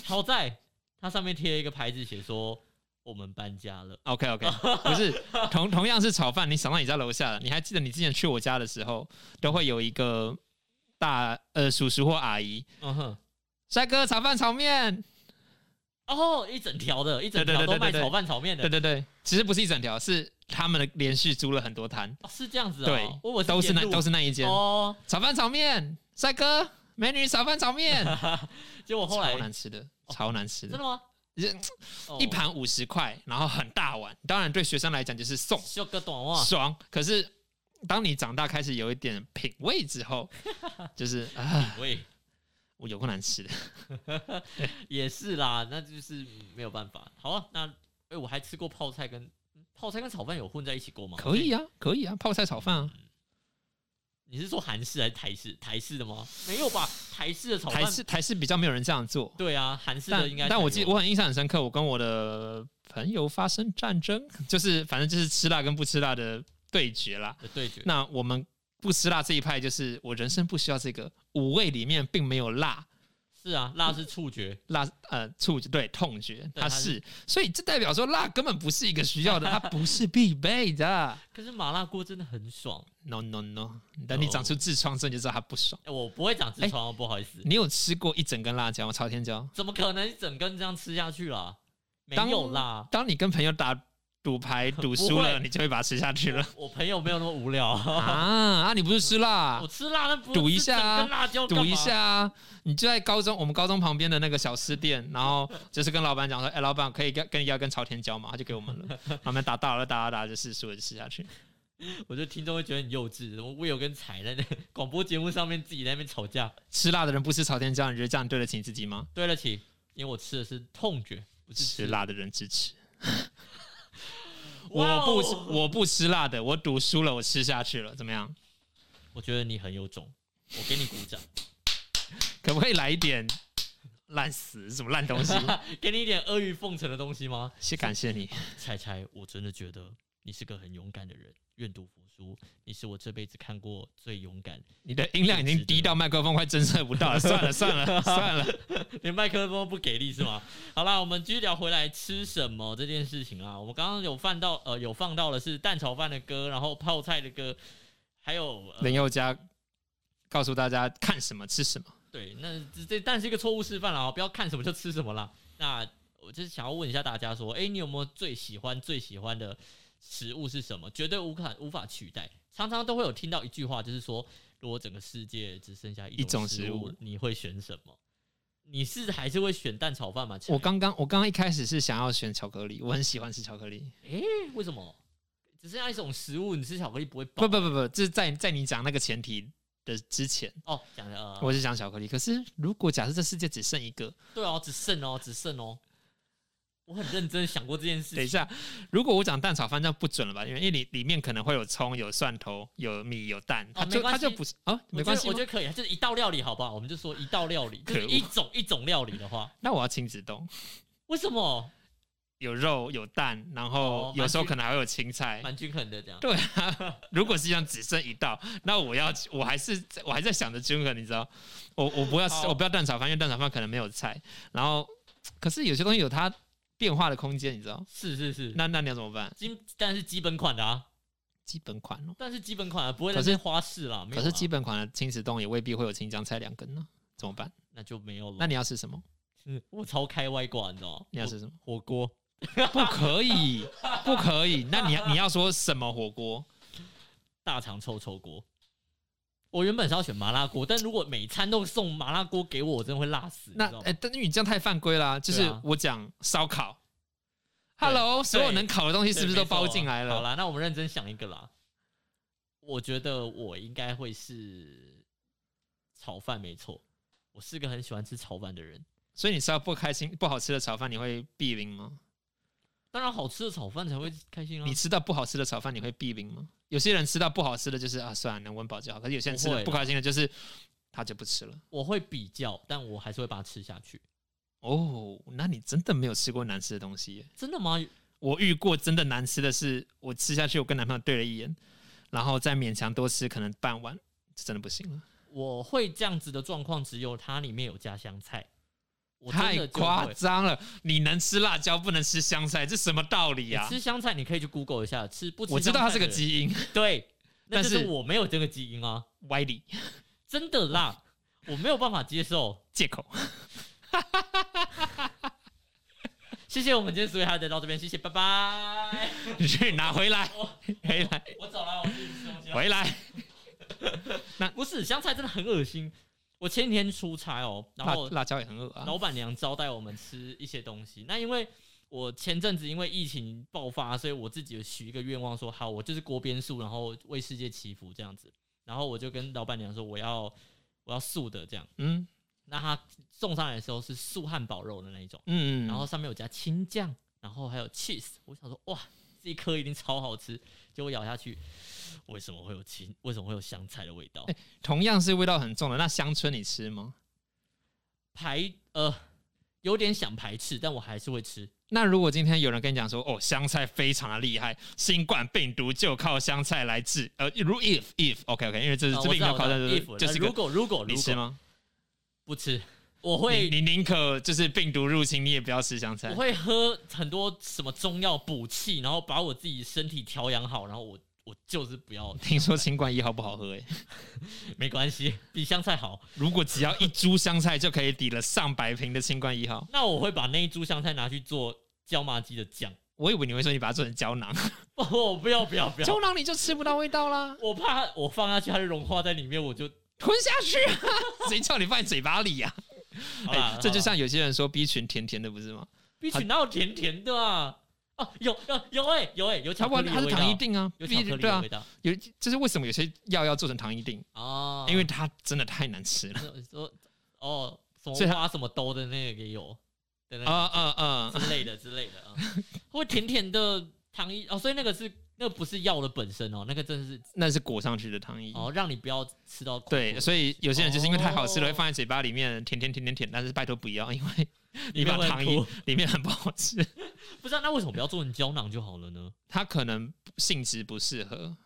A: 好在它上面贴了一个牌子，写说我们搬家了。
B: OK OK，不是同同样是炒饭，你想到你家楼下了，你还记得你之前去我家的时候，都会有一个大呃叔叔或阿姨，
A: 嗯哼。
B: 帅哥炒饭炒面，
A: 哦，一整条的，一整条
B: 对对对
A: 都卖
B: 对对
A: 炒饭炒面的，
B: 对对对，其实不是一整条，是他们的连续租了很多摊，
A: 哦是这样子啊、
B: 对
A: 我以为
B: 都是那
A: 沿路
B: 都是那一间
A: 哦。
B: 炒饭炒面，帅哥美女炒饭炒面，
A: 结果 后来
B: 超难吃的，超难吃
A: 真的
B: 的，
A: 吗？
B: 就是
A: 哦
B: 一盘五十块，然后很大碗，当然对学生来讲就是送，
A: 修个啊短袜，
B: 爽。可是当你长大开始有一点品味 之后，就是啊，
A: 喂，
B: 我有够难吃的。
A: 也是啦，那就是嗯没有办法。好啊，那哎、诶我还吃过泡菜跟嗯泡菜跟炒饭有混在一起过吗？
B: 可以
A: 啊，
B: 啊，可以啊，泡菜炒饭啊，
A: 你是说韩式还是台式？台式的吗？没有吧，台式的炒饭
B: 台。式台式比较没有人这样做。
A: 对啊，韩式的
B: 但
A: 应该才有。
B: 但我记我很印象很深刻，我跟我的朋友发生战争， 就是反正就是吃辣跟不吃辣的对决啦。
A: 的呃对决，
B: 那我们不吃辣这一派，就是我人生不需要这个五味里面并没有辣，
A: 是啊，辣是触 觉，
B: 辣呃触对痛觉，
A: 对它
B: 它
A: 是
B: 是，所以这代表说辣根本不是一个需 要的，它不是必备的。
A: 可是麻辣锅真的很爽。
B: No no no，等你
A: 哦
B: 长出痔疮之后你就知道它不爽。
A: 诶我不会长痔
B: 哎
A: 疮哦，不好意思。
B: 你有吃过一整根辣椒吗？朝天椒？
A: 怎么可能一整根这样吃下去啦？没
B: 当
A: 有啦，
B: 当你跟朋友打 赌牌赌输了，你就会把它吃下去了
A: 我朋友没有那么无聊。
B: 啊啊！你不是吃辣
A: 哦我，吃辣那不
B: 赌一下啊
A: 跟辣椒干
B: 赌
A: 嘛
B: 一下啊！你就在高中我们高中旁边的那个小吃店，然后就是跟老板讲说：“哎、老板，可以跟跟要跟朝天椒吗？”他就给我们了， 我们打大了打啊打啊就是输了就吃下去。
A: 我觉得听众会觉得很幼稚。我我有跟彩在那广播节目上面自己在那边吵架。
B: 吃辣的人不吃朝天椒，你觉得这样对得起你自己吗？
A: 对得起，因为我吃的是痛觉，不是
B: 吃。辣的人支持。
A: 哇
B: 我
A: 哦
B: 不吃，我不吃辣的，我赌输了，我吃下去了，怎么样？
A: 我觉得你很有种，我给你鼓掌，
B: 可不可以来一点烂死什么烂 东西？
A: 给你一点阿谀奉承的东西吗？
B: 先感谢你，
A: 彩彩，我真的觉得你是个很勇敢的人。愿赌服输，你是我这辈子看过最勇敢，
B: 你的音量已经低到麦克风快侦测不到 了，算了算了算了。
A: 连麦克风不给力是吗？好啦，我们继续聊回来吃什么这件事情啊。我们刚刚有放到呃有放到的是蛋炒饭的歌，然后泡菜的歌，还有、呃
B: 林宥嘉告诉大家看什么吃什么，
A: 对，那这这但是一个错误示范了啊，不要看什么就吃什么啦。那我就是想要问一下大家说，哎、你有没有最喜欢最喜欢的食物是什么？绝对无法无法取代。常常都会有听到一句话，就是说，如果整个世界只剩下一
B: 一种
A: 食
B: 食
A: 物
B: 物，
A: 你会选什么？你是还是会选蛋炒饭吗？
B: 我刚刚我刚刚一开始是想要选巧克力，我很喜欢吃巧克力。
A: 为什么？只剩下一种食物，你吃巧克力不会饱
B: 不不不不，这是在在你讲那个前提的之前，
A: 哦？讲的呃，
B: 我是讲巧克力。可是如果假设这世界只剩一个，
A: 对哦，只剩哦，只剩哦。我很认真想过这件事
B: 等一
A: 情，
B: 下，如果我讲蛋炒饭，这样不准了吧？因为因为里里面可能会有葱、有蒜头、有米、有蛋，它
A: 哦没
B: 就、
A: 关
B: 它就
A: 系
B: 不是啊，
A: 我
B: 没
A: 觉
B: 关
A: 得
B: 系吗。
A: 我觉得可以，就是一道料理，好不好？我们就说一道料 理，就是
B: 可恶
A: 一种一种料理的话，
B: 那我要亲子冻，
A: 为什么
B: 有肉有蛋，然
A: 哦
B: 后有时候
A: 蛮均
B: 可能还会有青菜。
A: 蛮均衡的这样？
B: 哎对啊，如果是这样只剩一道，那我要我还是我还在想着均衡，你知道？我我不要吃
A: 好
B: 我不要蛋炒饭，因为蛋炒饭可能没有菜。然后，可是有些东西有它变化的空间，你知道？
A: 是是是，
B: 那那你要怎么办？
A: 基但是基本款的啊，
B: 基本款哦。
A: 但是基本款的不会
B: 可
A: 那
B: 是
A: 些花式啦，没有啊啦
B: 可是基本款的亲子冻也未必会有青江菜两根呢，怎么办？
A: 那就没有了。
B: 那你要吃什么？
A: 嗯我超开外挂，你知道吗？
B: 你要吃什么？
A: 火火锅
B: 不可以，不可以。那你要你要说什么火锅？
A: 大肠臭臭锅。我原本是要选麻辣锅，但如果每餐都送麻辣锅给我，我真的会辣死。
B: 那
A: 你知道
B: 哎、
A: 吗
B: 但因为你这样太犯规啦。就
A: 对
B: 是
A: 啊
B: 我讲烧烤
A: 对
B: ，Hello，所有
A: 对
B: 能烤的东西是不是
A: 对
B: 都
A: 没错啊
B: 包进来
A: 好
B: 了？
A: 啦，那我们认真想一个啦。我觉得我应该会是炒饭，没错。我是个很喜欢吃炒饭的人。
B: 所以你吃到不开心、不好吃的炒饭，你会避零吗？
A: 当然，好吃的炒饭才会开心啊
B: 你！吃到不好吃的炒饭，你会避零吗？有些人吃到不好吃的，就是啊，算了，能温饱就好。可是有些人吃
A: 不
B: 的
A: 会
B: 不开心的，就是他就不吃了。
A: 我会比较，但我还是会把它吃下去。
B: 哦，那你真的没有吃过难吃的东西耶？
A: 真的吗？
B: 我遇过真的难吃的是，我吃下去，我跟男朋友对了一眼，然后再勉强多吃可能半碗，这真的不行了，
A: 我会这样子的状况，只有它里面有加香菜。我真
B: 太
A: 的就
B: 夸
A: 会。
B: 张了！你能吃辣椒，不能吃香菜，这什么道理
A: 你
B: 呀、啊？
A: 吃香菜，你可以去 Google 一下，吃不吃？
B: 我知道它是个，基因
A: 对，那
B: 但
A: 就是
B: 是
A: 我没有这个基因啊，
B: 歪理
A: 真的辣，我没有办法接受。
B: 借口。
A: 谢谢我们今天所有还得到这边，谢谢，拜拜。
B: 你去拿回来，
A: 哦
B: 回来，
A: 我走了，我自己吃东西了。啊
B: 回来。
A: 不是香菜真的很恶心。我前几天出差哦，然
B: 辣
A: 后
B: 辣椒也很恶啊。
A: 老板娘招待我们吃一些东西。那因为我前阵子因为疫情爆发，所以我自己有许一个愿望说好，我就是锅边素，然后为世界祈福这样子。然后我就跟老板娘说，我要我要素的这样。
B: 嗯
A: 那她送上来的时候是素汉堡肉的那一种，
B: 嗯，
A: 然后上面有加青酱，然后还有 cheese。我想说，哇，这一颗一定超好吃。结果咬下去，为什么会有青？为什么会有香菜的味
B: 哎
A: 道？
B: 同样是味道很重的。那香椿你吃吗？
A: 排呃，有点想排斥，但我还是会吃。
B: 那如果今天有人跟你讲说，哦，香菜非常的厉害，新冠病毒就靠香菜来治，呃，如 if if OK OK，因为这是
A: 啊
B: 这
A: 我
B: 边
A: 知
B: 要
A: 道，
B: 考
A: 我
B: 证，
A: 知道 if，
B: 就是
A: 呃
B: 一个
A: 如果如果
B: 你
A: 如
B: 吃
A: 果
B: 吗？
A: 不吃，我
B: 你
A: 会
B: 你宁可就是病毒入侵，你也不要吃香
A: 我
B: 菜。
A: 会喝很多什么中药补气，然后把我自己身体调养好，然后我我就是不要，
B: 听说新冠一号不好喝诶、欸
A: 没关系，比香菜好。
B: 如果只要一株香菜就可以抵了上百瓶的新冠一号，
A: 那我会把那一株香菜拿去做椒麻鸡的酱。
B: 我以为你会说你把它做成胶囊，
A: 哦，不要不要不要
B: 胶，囊你就吃不到味道啦，
A: 我怕它我放下去它就融化在里面，我就
B: 吞下去、啊， 谁叫你放在嘴巴里呀、
A: 好
B: 哎、
A: 啦
B: 这就
A: 好啦
B: 像有些人说 B 群甜甜的，不是吗？
A: B 群哪有甜甜的啊？哦，有有有哎、有哎、有
B: 它
A: 巧克
B: 完
A: 力
B: 它
A: 的
B: 是
A: 味
B: 糖
A: 道
B: 一，定啊
A: 有
B: ，B
A: 巧克力
B: 对
A: 的
B: 啊
A: 味，道
B: 有这是为什么有些药要做成糖一定，
A: 哦，
B: 因为它真的太难吃 了。
A: 说哦什
B: 所以
A: 么
B: 它
A: 花什么兜的那个也有的那个
B: 啊啊啊！
A: 之类的之类的啊， 会甜甜的糖衣哦，所以那个是那个不是药的本身哦，那个真的是
B: 那是裹上去的糖衣。
A: 哦，让你不要吃到苦
B: 对，所以有些人就是因为太好吃
A: 哦
B: 了，会放在嘴巴里面舔舔舔舔舔，但是拜托不要，因 为你把
A: 面会
B: 糖衣
A: 苦
B: 里面很不好吃，
A: 不知啊道、那为什么不要做成胶囊就好了呢？
B: 它可能性质不适合。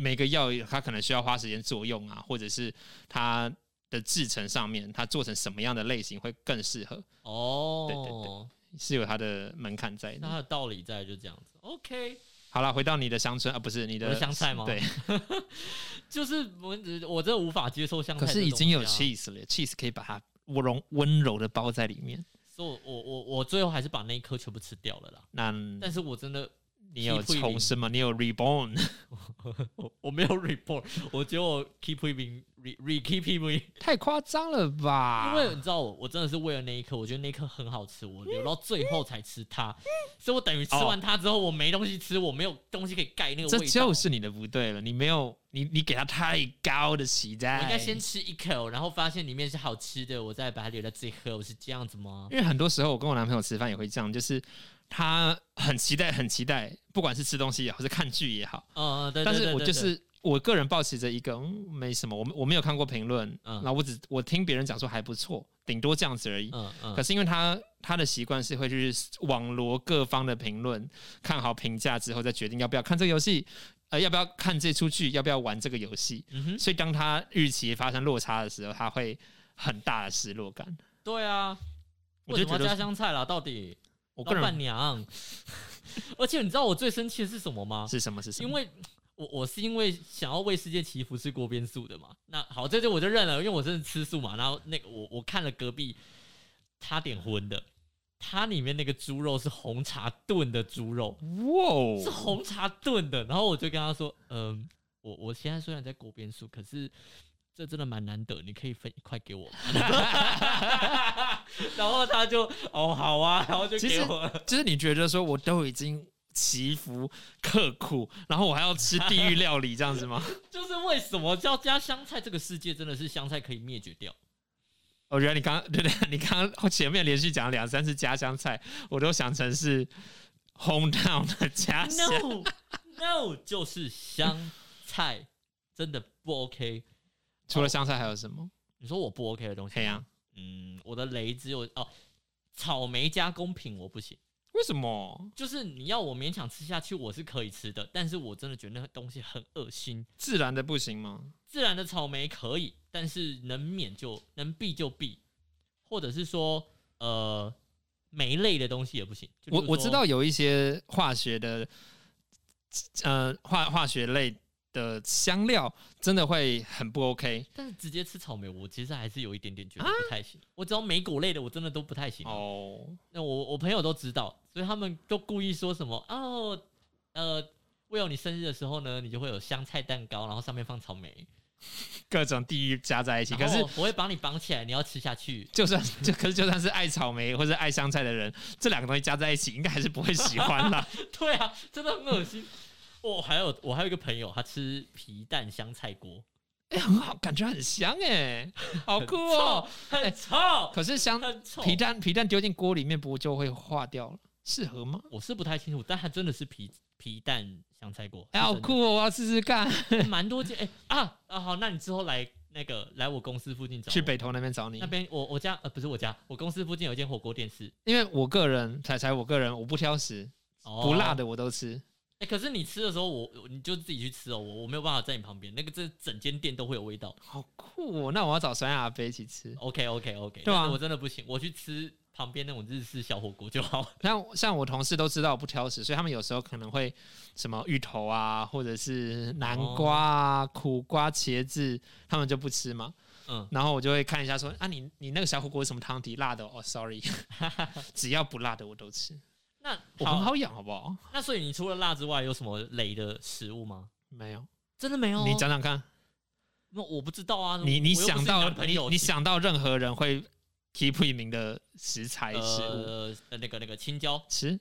B: 每个药它可能需要花时间作用啊，或者是它的制成上面，它做成什么样的类型会更适合，
A: 哦，
B: 对对是有它的门槛在
A: 那它
B: 的。
A: 的道理在就这样子，OK。
B: 好了，回到你的香椿啊，不是你
A: 我
B: 的
A: 的香菜吗
B: 对，
A: 就是我我真的啊无法接受香菜、
B: 可是已经有，cheese 了，cheese 可以把它温温柔的包在里面。
A: 所以我我我我最后还是把那一颗全部吃掉了啦。
B: 那
A: 但是我真的
B: 嗯你有
A: keep
B: 重生吗？你有 reborn？
A: 我 我没有 report，我觉得我 keep moving re re keep moving，
B: 太夸张了吧
A: 因为你知道我我真的是为了那一颗，我觉得那一颗很好吃，我留到最后才吃它，所以我等于吃完它之后，我没东西吃，我没有东西可以盖那个味
B: 这
A: 道。
B: 就是你的不对了，你没有你你给他太高的期待。
A: 我应该先，吃一口，然后发现里面是好吃的，我再把它留在最后，是这样子吗？
B: 因为很多时候我跟我男朋友吃饭也会这样，就是他很期待很期待，不管是吃东西也好，是看剧也好，
A: 嗯，嗯对
B: 但
A: 对
B: 是
A: 对
B: 我
A: 对
B: 就
A: 对
B: 是。我个人抱持着一个、嗯、没什么，我我没有看过评论，
A: 嗯
B: 然后我只我听别人讲说还不错，顶多这样子而已。
A: 嗯
B: 可
A: 嗯，
B: 是因为他他的习惯是会去网罗各方的评论，看好评价之后再决定要不要看这个游戏，呃，要不要看这出剧，要不要玩这个游戏。
A: 嗯哼，
B: 所以当他预期发生落差的时候，他会很大的失落感。
A: 对啊，
B: 我
A: 为
B: 就
A: 什么
B: 觉
A: 要加
B: 得，
A: 香菜啦？到底
B: 我个
A: 老板
B: 人
A: 娘， 而且你知道我最生气的是什么吗？
B: 是什么是什么？
A: 因为我我是因为想要为世界祈福吃锅边素的嘛。那好，这就我就认了，因为我真的吃素嘛。然后那个我我看了隔壁他点荤的，它里面那个猪肉是红茶炖的猪肉，
B: 哇
A: 是
B: 哦，
A: 红茶炖的。然后我就跟他说，嗯、我我现在虽然在锅边素，可是。这真的蛮难得，你可以分一块给我吗。 然后他就哦好啊，然后就
B: 其
A: 给
B: 实
A: 我了。
B: 就是你觉得说我都已经祈福刻苦，然后我还要吃地狱料理这样子吗？
A: 就是为什么要加香菜？这个世界真的是香菜可以灭绝掉。
B: 我觉得哦你刚 对对，你刚刚前面连续讲了两啊三次家乡菜，我都想成是 hometown 的家乡。
A: No No，就是香菜真的不 OK。
B: 除了香菜还有什么？
A: 你说我不 OK 的东西？
B: 嘿啊呀、
A: 嗯，我的雷只有哦，草莓加工品我不行。
B: 为什么
A: 就是你要我勉强吃下去，我是可以吃的，但是我真的觉得那个东西很恶心。
B: 自然的不行吗？
A: 自然的草莓可以，但是能免就能避就避，或者是说呃酶类的东西也不行。就比
B: 我
A: 如
B: 我
A: 说
B: 知道有一些化学的，呃，化化学类的香料真的会很不 OK
A: 但是直接吃草莓，我其实还是有一点点觉得
B: 啊
A: 不太行。我只要莓果类的，我真的都不太行。
B: 哦。
A: 那我我朋友都知道，所以他们都故意说什么哦，呃，为了你生日的时候呢，你就会有香菜蛋糕，然后上面放草莓，
B: 各种地域加在一起，可
A: 然
B: 是
A: 后我会帮你绑起来，你要吃下去。
B: 就算就可是就算是爱草莓或者爱香菜的人，这两个东西加在一起，应该还是不会喜欢啦。
A: 对啊，真的很恶心。我还有我还有一个朋友，他吃皮蛋香菜锅，
B: 哎、很好，感觉很香 哎、好酷哦、
A: 很臭，
B: 可是香
A: 很臭。
B: 皮蛋皮蛋丢进锅里面，不就会化掉了？适合吗？
A: 我是不太清楚，但他真的是皮皮蛋香菜锅，
B: 哎、好
A: 是真的
B: 酷哦、我要试试看。
A: 蛮多间哎、啊啊好，那你之后来那个来我公司附近找我
B: 去北投那边找你
A: 那，边我我家呃不是我家，我公司附近有一间火锅店是
B: 因为我个人才才我个人，我不挑食，
A: 哦
B: 不辣的我都吃。
A: 哎、可是你吃的时候我我你就自己去吃哦，我我没有办法在你旁边，那个这整间店都会有味道。
B: 好酷哦、那我要找酸阿飞一起吃。
A: OK OK OK，
B: 对啊
A: 我真的不行，我去吃旁边那种日式小火锅就好。
B: 像像我同事都知道我不挑食，所以他们有时候可能会什么芋头啊，或者是南瓜啊、
A: 哦
B: 苦瓜、茄子，他们就不吃嘛。
A: 嗯，
B: 然后我就会看一下说啊，你你那个小火锅有什么汤底？辣的哦、s o r r y 只要不辣的我都吃，
A: 那
B: 我很好养，好不好？
A: 那所以你除了辣之外，有什么雷的食物吗？
B: 没有，啊
A: 真的没有
B: 你讲讲看，
A: 那我不知道啊。
B: 你
A: 我
B: 你
A: 哦我又不是
B: 想到
A: 男朋
B: 你
A: 友
B: 你想到任何人会 keep 一名的食材食物、
A: 呃呃那个那个青椒，
B: 吃，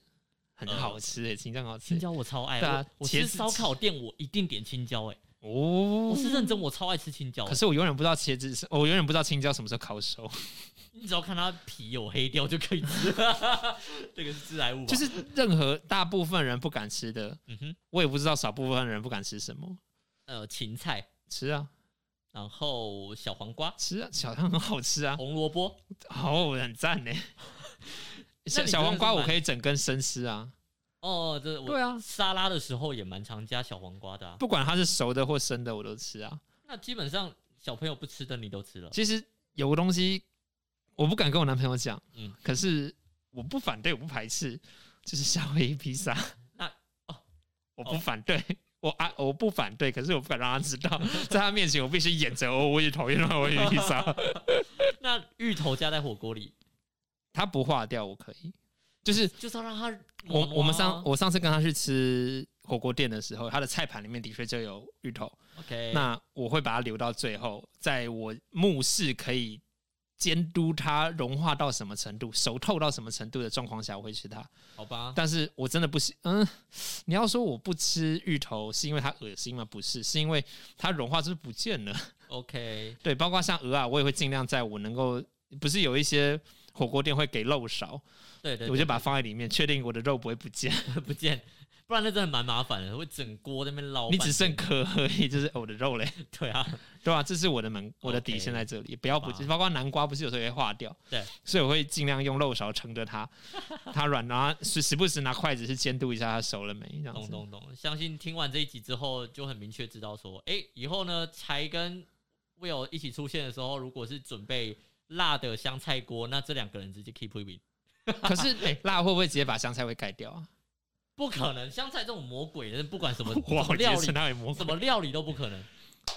B: 很
A: 呃
B: 好吃诶、青椒很好吃
A: 青椒我超爱。
B: 对啊
A: 我我吃
B: 茄子
A: 烧烤店我一定点青椒、欸，
B: 哦
A: 我是认真，我超爱吃青椒、欸
B: 可是我永远不知道茄子是，我永远不知道青椒什么时候烤 熟，
A: 你只要看它皮有黑掉就可以 吃，这个是致癌物吧？啊
B: 就是任何大部分人不敢吃的，
A: 嗯哼，
B: 我也不知道少部分人不敢吃什么，
A: 呃，芹菜，
B: 吃啊
A: 然后小黄瓜、
B: 吃啊，小汤很好吃啊，
A: 红萝卜，
B: 哦，很 赞呢。
A: 真
B: 小
A: 的
B: 小黄瓜
A: 是蛮
B: 我可以整根生吃啊，
A: 哦，这我
B: 对啊
A: 沙拉的时候也蛮常加小黄瓜的、啊。
B: 不管它是熟的或生的我都吃啊。
A: 那基本上小朋友不吃的你都吃了，
B: 其实有个东西我不敢跟我男朋友讲，
A: 嗯
B: 可是我不反对，我不排斥，就是夏威夷披萨。
A: 那哦，
B: 我不反对，我啊我不反对，可是我不敢让他知道，在他面前我必须演着我我也讨厌夏威夷 披萨，
A: 那芋头加在火锅里，
B: 他不化掉我可以。就是
A: 就是要让它
B: 我
A: 软
B: 我们
A: 啊
B: 上我上次跟他去吃火锅店的时候，他的菜盘里面的确就有芋头，
A: OK，
B: 啊那我会把它留到最后，在我目视可以监督它融化到什么程度、熟透到什么程度的状况下，我会吃它。
A: 好吧，
B: 但是我真的不是，嗯，你要说我不吃芋头是因为它恶心吗？不是，是因为它融化就是不见了。
A: OK，
B: 对，包括像鹅啊，我也会尽量在我能够，不是有一些火锅店会给肉勺，
A: 对对
B: 我就
A: 对
B: 把它放在里面，确定我的肉不会不见，
A: 不见，不然那真的蛮麻烦的，会整锅在那边捞半
B: 你
A: 天。
B: 只剩壳而已， 就是哦我的肉嘞。
A: 对啊，
B: 对吧、这是我的门，我的
A: OK
B: 底线在这里，不要不
A: 好吧
B: 包括南瓜，不是有时候也会化掉，
A: 对，
B: 所以我会尽量用肉勺撑着它，它软，然后时时不时拿筷子去监督一下它熟了没，这样
A: 懂
B: 子。
A: 懂懂。相信听完这一集之后，就很明确知道说，哎、以后呢，柴跟 Will 一起出现的时候，如果是准备辣的香菜锅，那这两个人直接 keep win，
B: 可是、哎，辣会不会直接把香菜会盖掉啊？
A: 不可 能，香菜这种魔鬼的，不管什么
B: 哇，
A: 什么
B: 我
A: 料
B: 觉
A: 理
B: 得那也魔
A: 什
B: 鬼。
A: 么料理都不可能。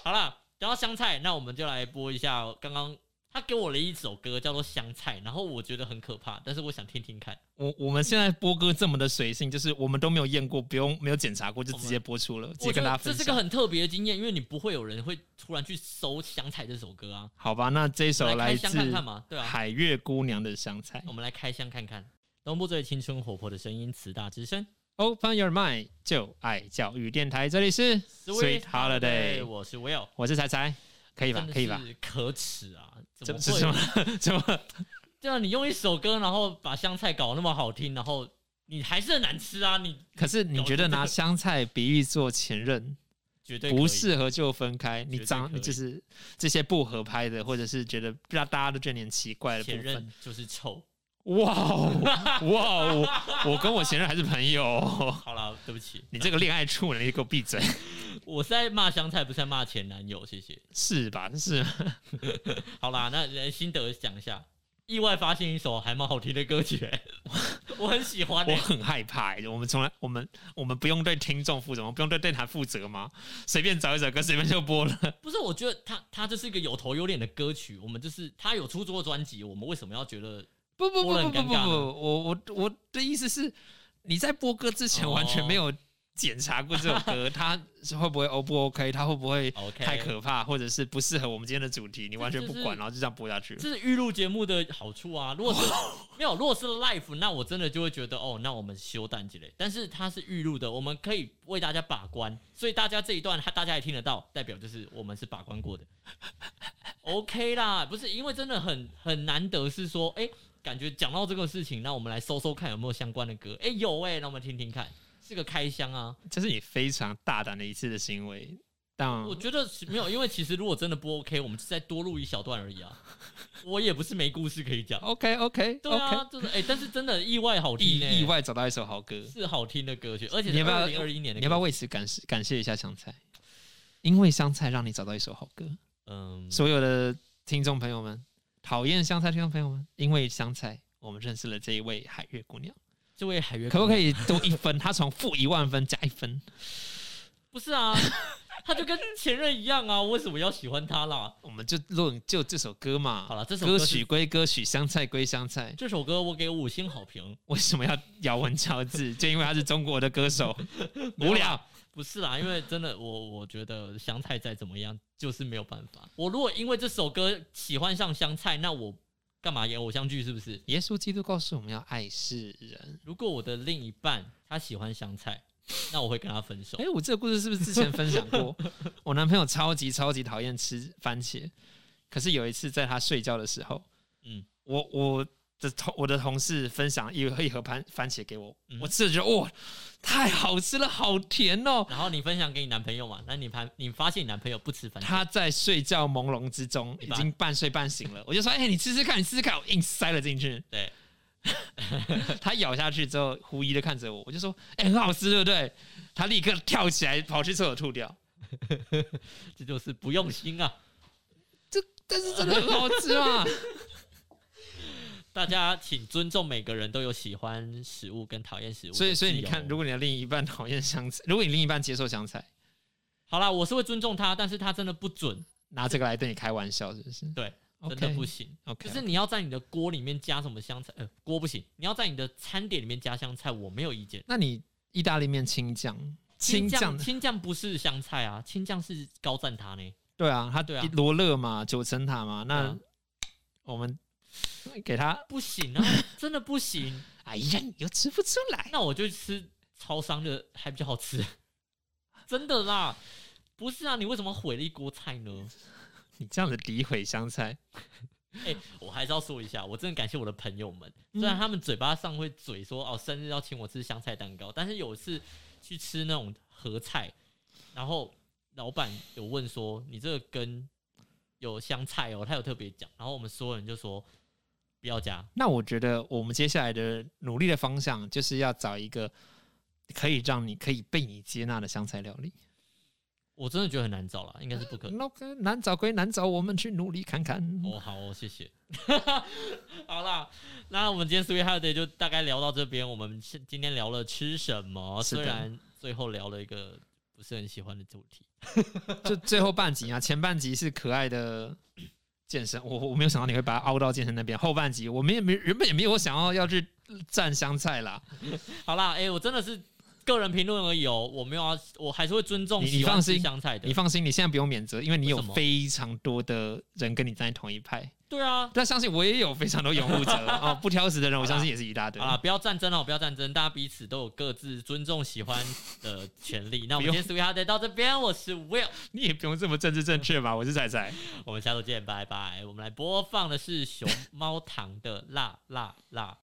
A: 好啦，讲到香菜，那我们就来播一下刚刚他给我了一首歌，叫做《香菜》，然后我觉得很可怕，但是我想听听看。
B: 我我们现在播歌这么的随性，就是我们都没有验过，不用没有检查过就直接播出了，直接
A: 我觉
B: 跟大家
A: 得
B: 分
A: 这是
B: 享。
A: 个很特别的经验，因为你不会有人会突然去搜《香菜》这首歌啊。
B: 好吧，那这一
A: 我
B: 首
A: 们来
B: 来
A: 开箱
B: 自
A: 看看嘛，对啊吧、
B: 海月姑娘的香菜
A: 我们来开箱看看。东部最青春活泼的声音，慈大之声
B: ，Open Your Mind 就爱教育电台，这里是 Sweet Holiday，
A: 我是 Will，
B: 我是彩彩，可以吧
A: 真？的
B: 可以吧？
A: 是可耻啊！怎
B: 怎
A: 么
B: 是什
A: 会？
B: 么 什么？
A: 对啊，你用一首歌，然后把香菜搞那么好听，然后你还是很难吃啊，你
B: 可是你觉得拿香菜比喻做前任，
A: 绝对可以
B: 不适合就分开？你
A: 绝对
B: 长
A: 可以
B: 就是这些不合拍的，或者是觉得让大家都觉得你很奇怪的部
A: 前
B: 分。
A: 任就是臭。
B: 哇哦，哇哦，我我跟我前任还是朋友。
A: 好了，对不起，
B: 你这个恋爱处男，你给我闭嘴，
A: 我是在骂香菜，不是在骂前男友，谢谢。
B: 是吧？是
A: 好啦，那来心得讲一下，意外发现一首还蛮好听的歌曲、欸 我很喜欢、
B: 我
A: 欸。
B: 很害怕、欸。我们从来，我们我们不用对听众负责，我们不用对电台负责吗？随便找一首歌，随便就播了。
A: 不是，我觉得他他就是一个有头有脸的歌曲，我们就是他有出做专辑，我们为什么要觉得
B: 不不不
A: 播了
B: 不
A: 很
B: 不
A: 尴
B: 不
A: 尬
B: 不，
A: 呢
B: 我我我的意思是，你在播歌之前
A: 哦
B: 完全没有检查过这首 歌，它是会不会 O 不 OK，它会不会
A: OK？
B: 太可怕，或者是不适合我们今天的主题，你完全不
A: 这就
B: 管，
A: 是
B: 然后就这样播下去。
A: 这是预录节目的好处啊。如果是没有，如果是 l i f e 那我真的就会觉得哦，那我们休蛋之类。但是它是预录的，我们可以为大家把关，所以大家这一段他大家也听得到，代表就是我们是把关过的。OK 啦，不是因为真的很很难得是说，哎、感觉讲到这个事情，那我们来搜搜看有没有相关的歌。哎、有哎、那我们听听看，是个开箱啊。
B: 这是你非常大胆的一次的行为，但
A: 我觉得是没有，因为其实如果真的不 OK，我们就再多录一小段而已啊。我也不是没故事可以讲。
B: OK OK
A: 对
B: OK，
A: 啊，就是哎、但是真的意外好听、欸，
B: 意意外找到一首好歌，
A: 是好听的歌曲，而且
B: 你
A: 是
B: 要不要
A: 二零二一年的歌
B: 你
A: 曲，
B: 要不要为此感谢感谢一下香菜？因为香菜让你找到一首好歌。
A: 嗯，
B: 所有的听众朋友们，讨厌香菜听众朋友们，因为香菜，我们认识了这一位海月姑娘，
A: 这位海月
B: 可不可
A: 以？
B: 以多一分？她从负一万分加一分，
A: 不是啊，他就跟前任一样啊，我为什么要喜欢他啦？
B: 我们就论就这首歌嘛。
A: 好了，这首
B: 歌
A: 是
B: 曲，归歌曲，香菜归香菜。
A: 这首歌我给五星好评，
B: 为什么要咬文嚼字？就因为他是中国的歌手，无
A: 没有
B: 聊
A: 啦。不是啦，因为真的我我觉得香菜再怎么样就是没有办法。我如果因为这首歌喜欢上香菜，那我干嘛演偶像剧是不是？
B: 耶稣基督告诉我们要爱世人。
A: 如果我的另一半他喜欢香菜，那我会跟他分手
B: 哎、。我这个故事是不是之前分享过？我男朋友超级超级讨厌吃番茄，可是有一次在他睡觉的时候，嗯
A: 嗯，
B: 我我的同我的同事分享一盒一盒番番茄给我，
A: 嗯
B: 我吃了觉得哇，太好吃了，好甜哦！
A: 然后你分享给你男朋友嘛？那你发你发现你男朋友不吃番茄，
B: 他在睡觉朦胧之中，已
A: 明白
B: 经半睡半醒了。我就说：“哎、你吃吃看，你吃吃看。”我硬塞了进去。
A: 对，
B: 他咬下去之后，狐疑的看着我，我就说：“哎、很好吃，对不对？”他立刻跳起来跑去厕所吐掉。
A: 这就是不用心啊！
B: 但是真的很好吃啊嘛！
A: 大家请尊重每个人都有喜欢食物跟讨厌食物的自
B: 所
A: 由哦，
B: 以，所以你看，如果你的另一半讨厌香菜，如果你另一半接受香菜，
A: 好啦，我是会尊重他，但是他真的不准，
B: 拿这个来对你开玩笑，是不是？
A: 对，
B: OK，
A: 真的不行。
B: OK，
A: 就是你要在你的锅里面加什么香菜，呃，锅不行，你要在你的餐点里面加香菜，我没有意见。
B: 那你意大利面青酱，青
A: 酱
B: 酱，
A: 青酱不是香菜啊，青酱是高赞它呢。
B: 对啊，它
A: 对啊
B: 罗勒嘛，九层塔嘛，那、
A: 嗯
B: 我们给他，
A: 不行啊， 真的不行。
B: 哎呀，你又吃不出来，
A: 那我就吃超商的还比较好吃， 真的啦。不是啊，你为什么毁了一锅菜呢？
B: 你这样子诋毁香菜，
A: 哎、我还是要说一下，我真的感谢我的朋友们，虽然他们嘴巴上会嘴说哦生日要请我吃香菜蛋糕，但是有一次去吃那种合菜，然后老板有问说你这个根有香菜哦，他有特别讲，然后我们所有人就说不要加，
B: 那我觉得我们接下来的努力的方向就是要找一个可以让你可以被你接纳的香菜料理。
A: 我真的觉得很难找了，应该是不可能。
B: 那个难找归难找，我们去努力看看。
A: 哦，好哦，谢 谢。好啦，那我们今天 Sweet Holiday 就大概聊到这边。我们是今天聊了吃什么，
B: 是的
A: 虽然最后聊了一个不是很喜欢的主题。
B: 就最后半集啊，前半集是可爱的健身，我我没有想到你会把它凹到健身那边。后半集我们也没原本也没有想要要去蘸香菜啦，
A: 好啦，哎、我真的是个人评论而已哦，我没有要，我还是会尊重
B: 你你
A: 喜欢
B: 放
A: 吃
B: 心
A: 香菜的
B: 你。放心，你现在不用免责，因为你有
A: 为什么
B: 非常多的人跟你站在同一派。
A: 对啊，
B: 但相信我也有非常多拥护者哦，不挑食的人，我相信也是 一大堆
A: 好。啦，不要战争哦，不要战争，大家彼此都有各自尊重喜欢的权利。那我们今天 Sweet Holiday 到这边，我是 Will，
B: 你也不用这么政治正确吧？我是仔仔，
A: 我们下周见，拜拜。我们来播放的是熊猫糖的辣辣辣。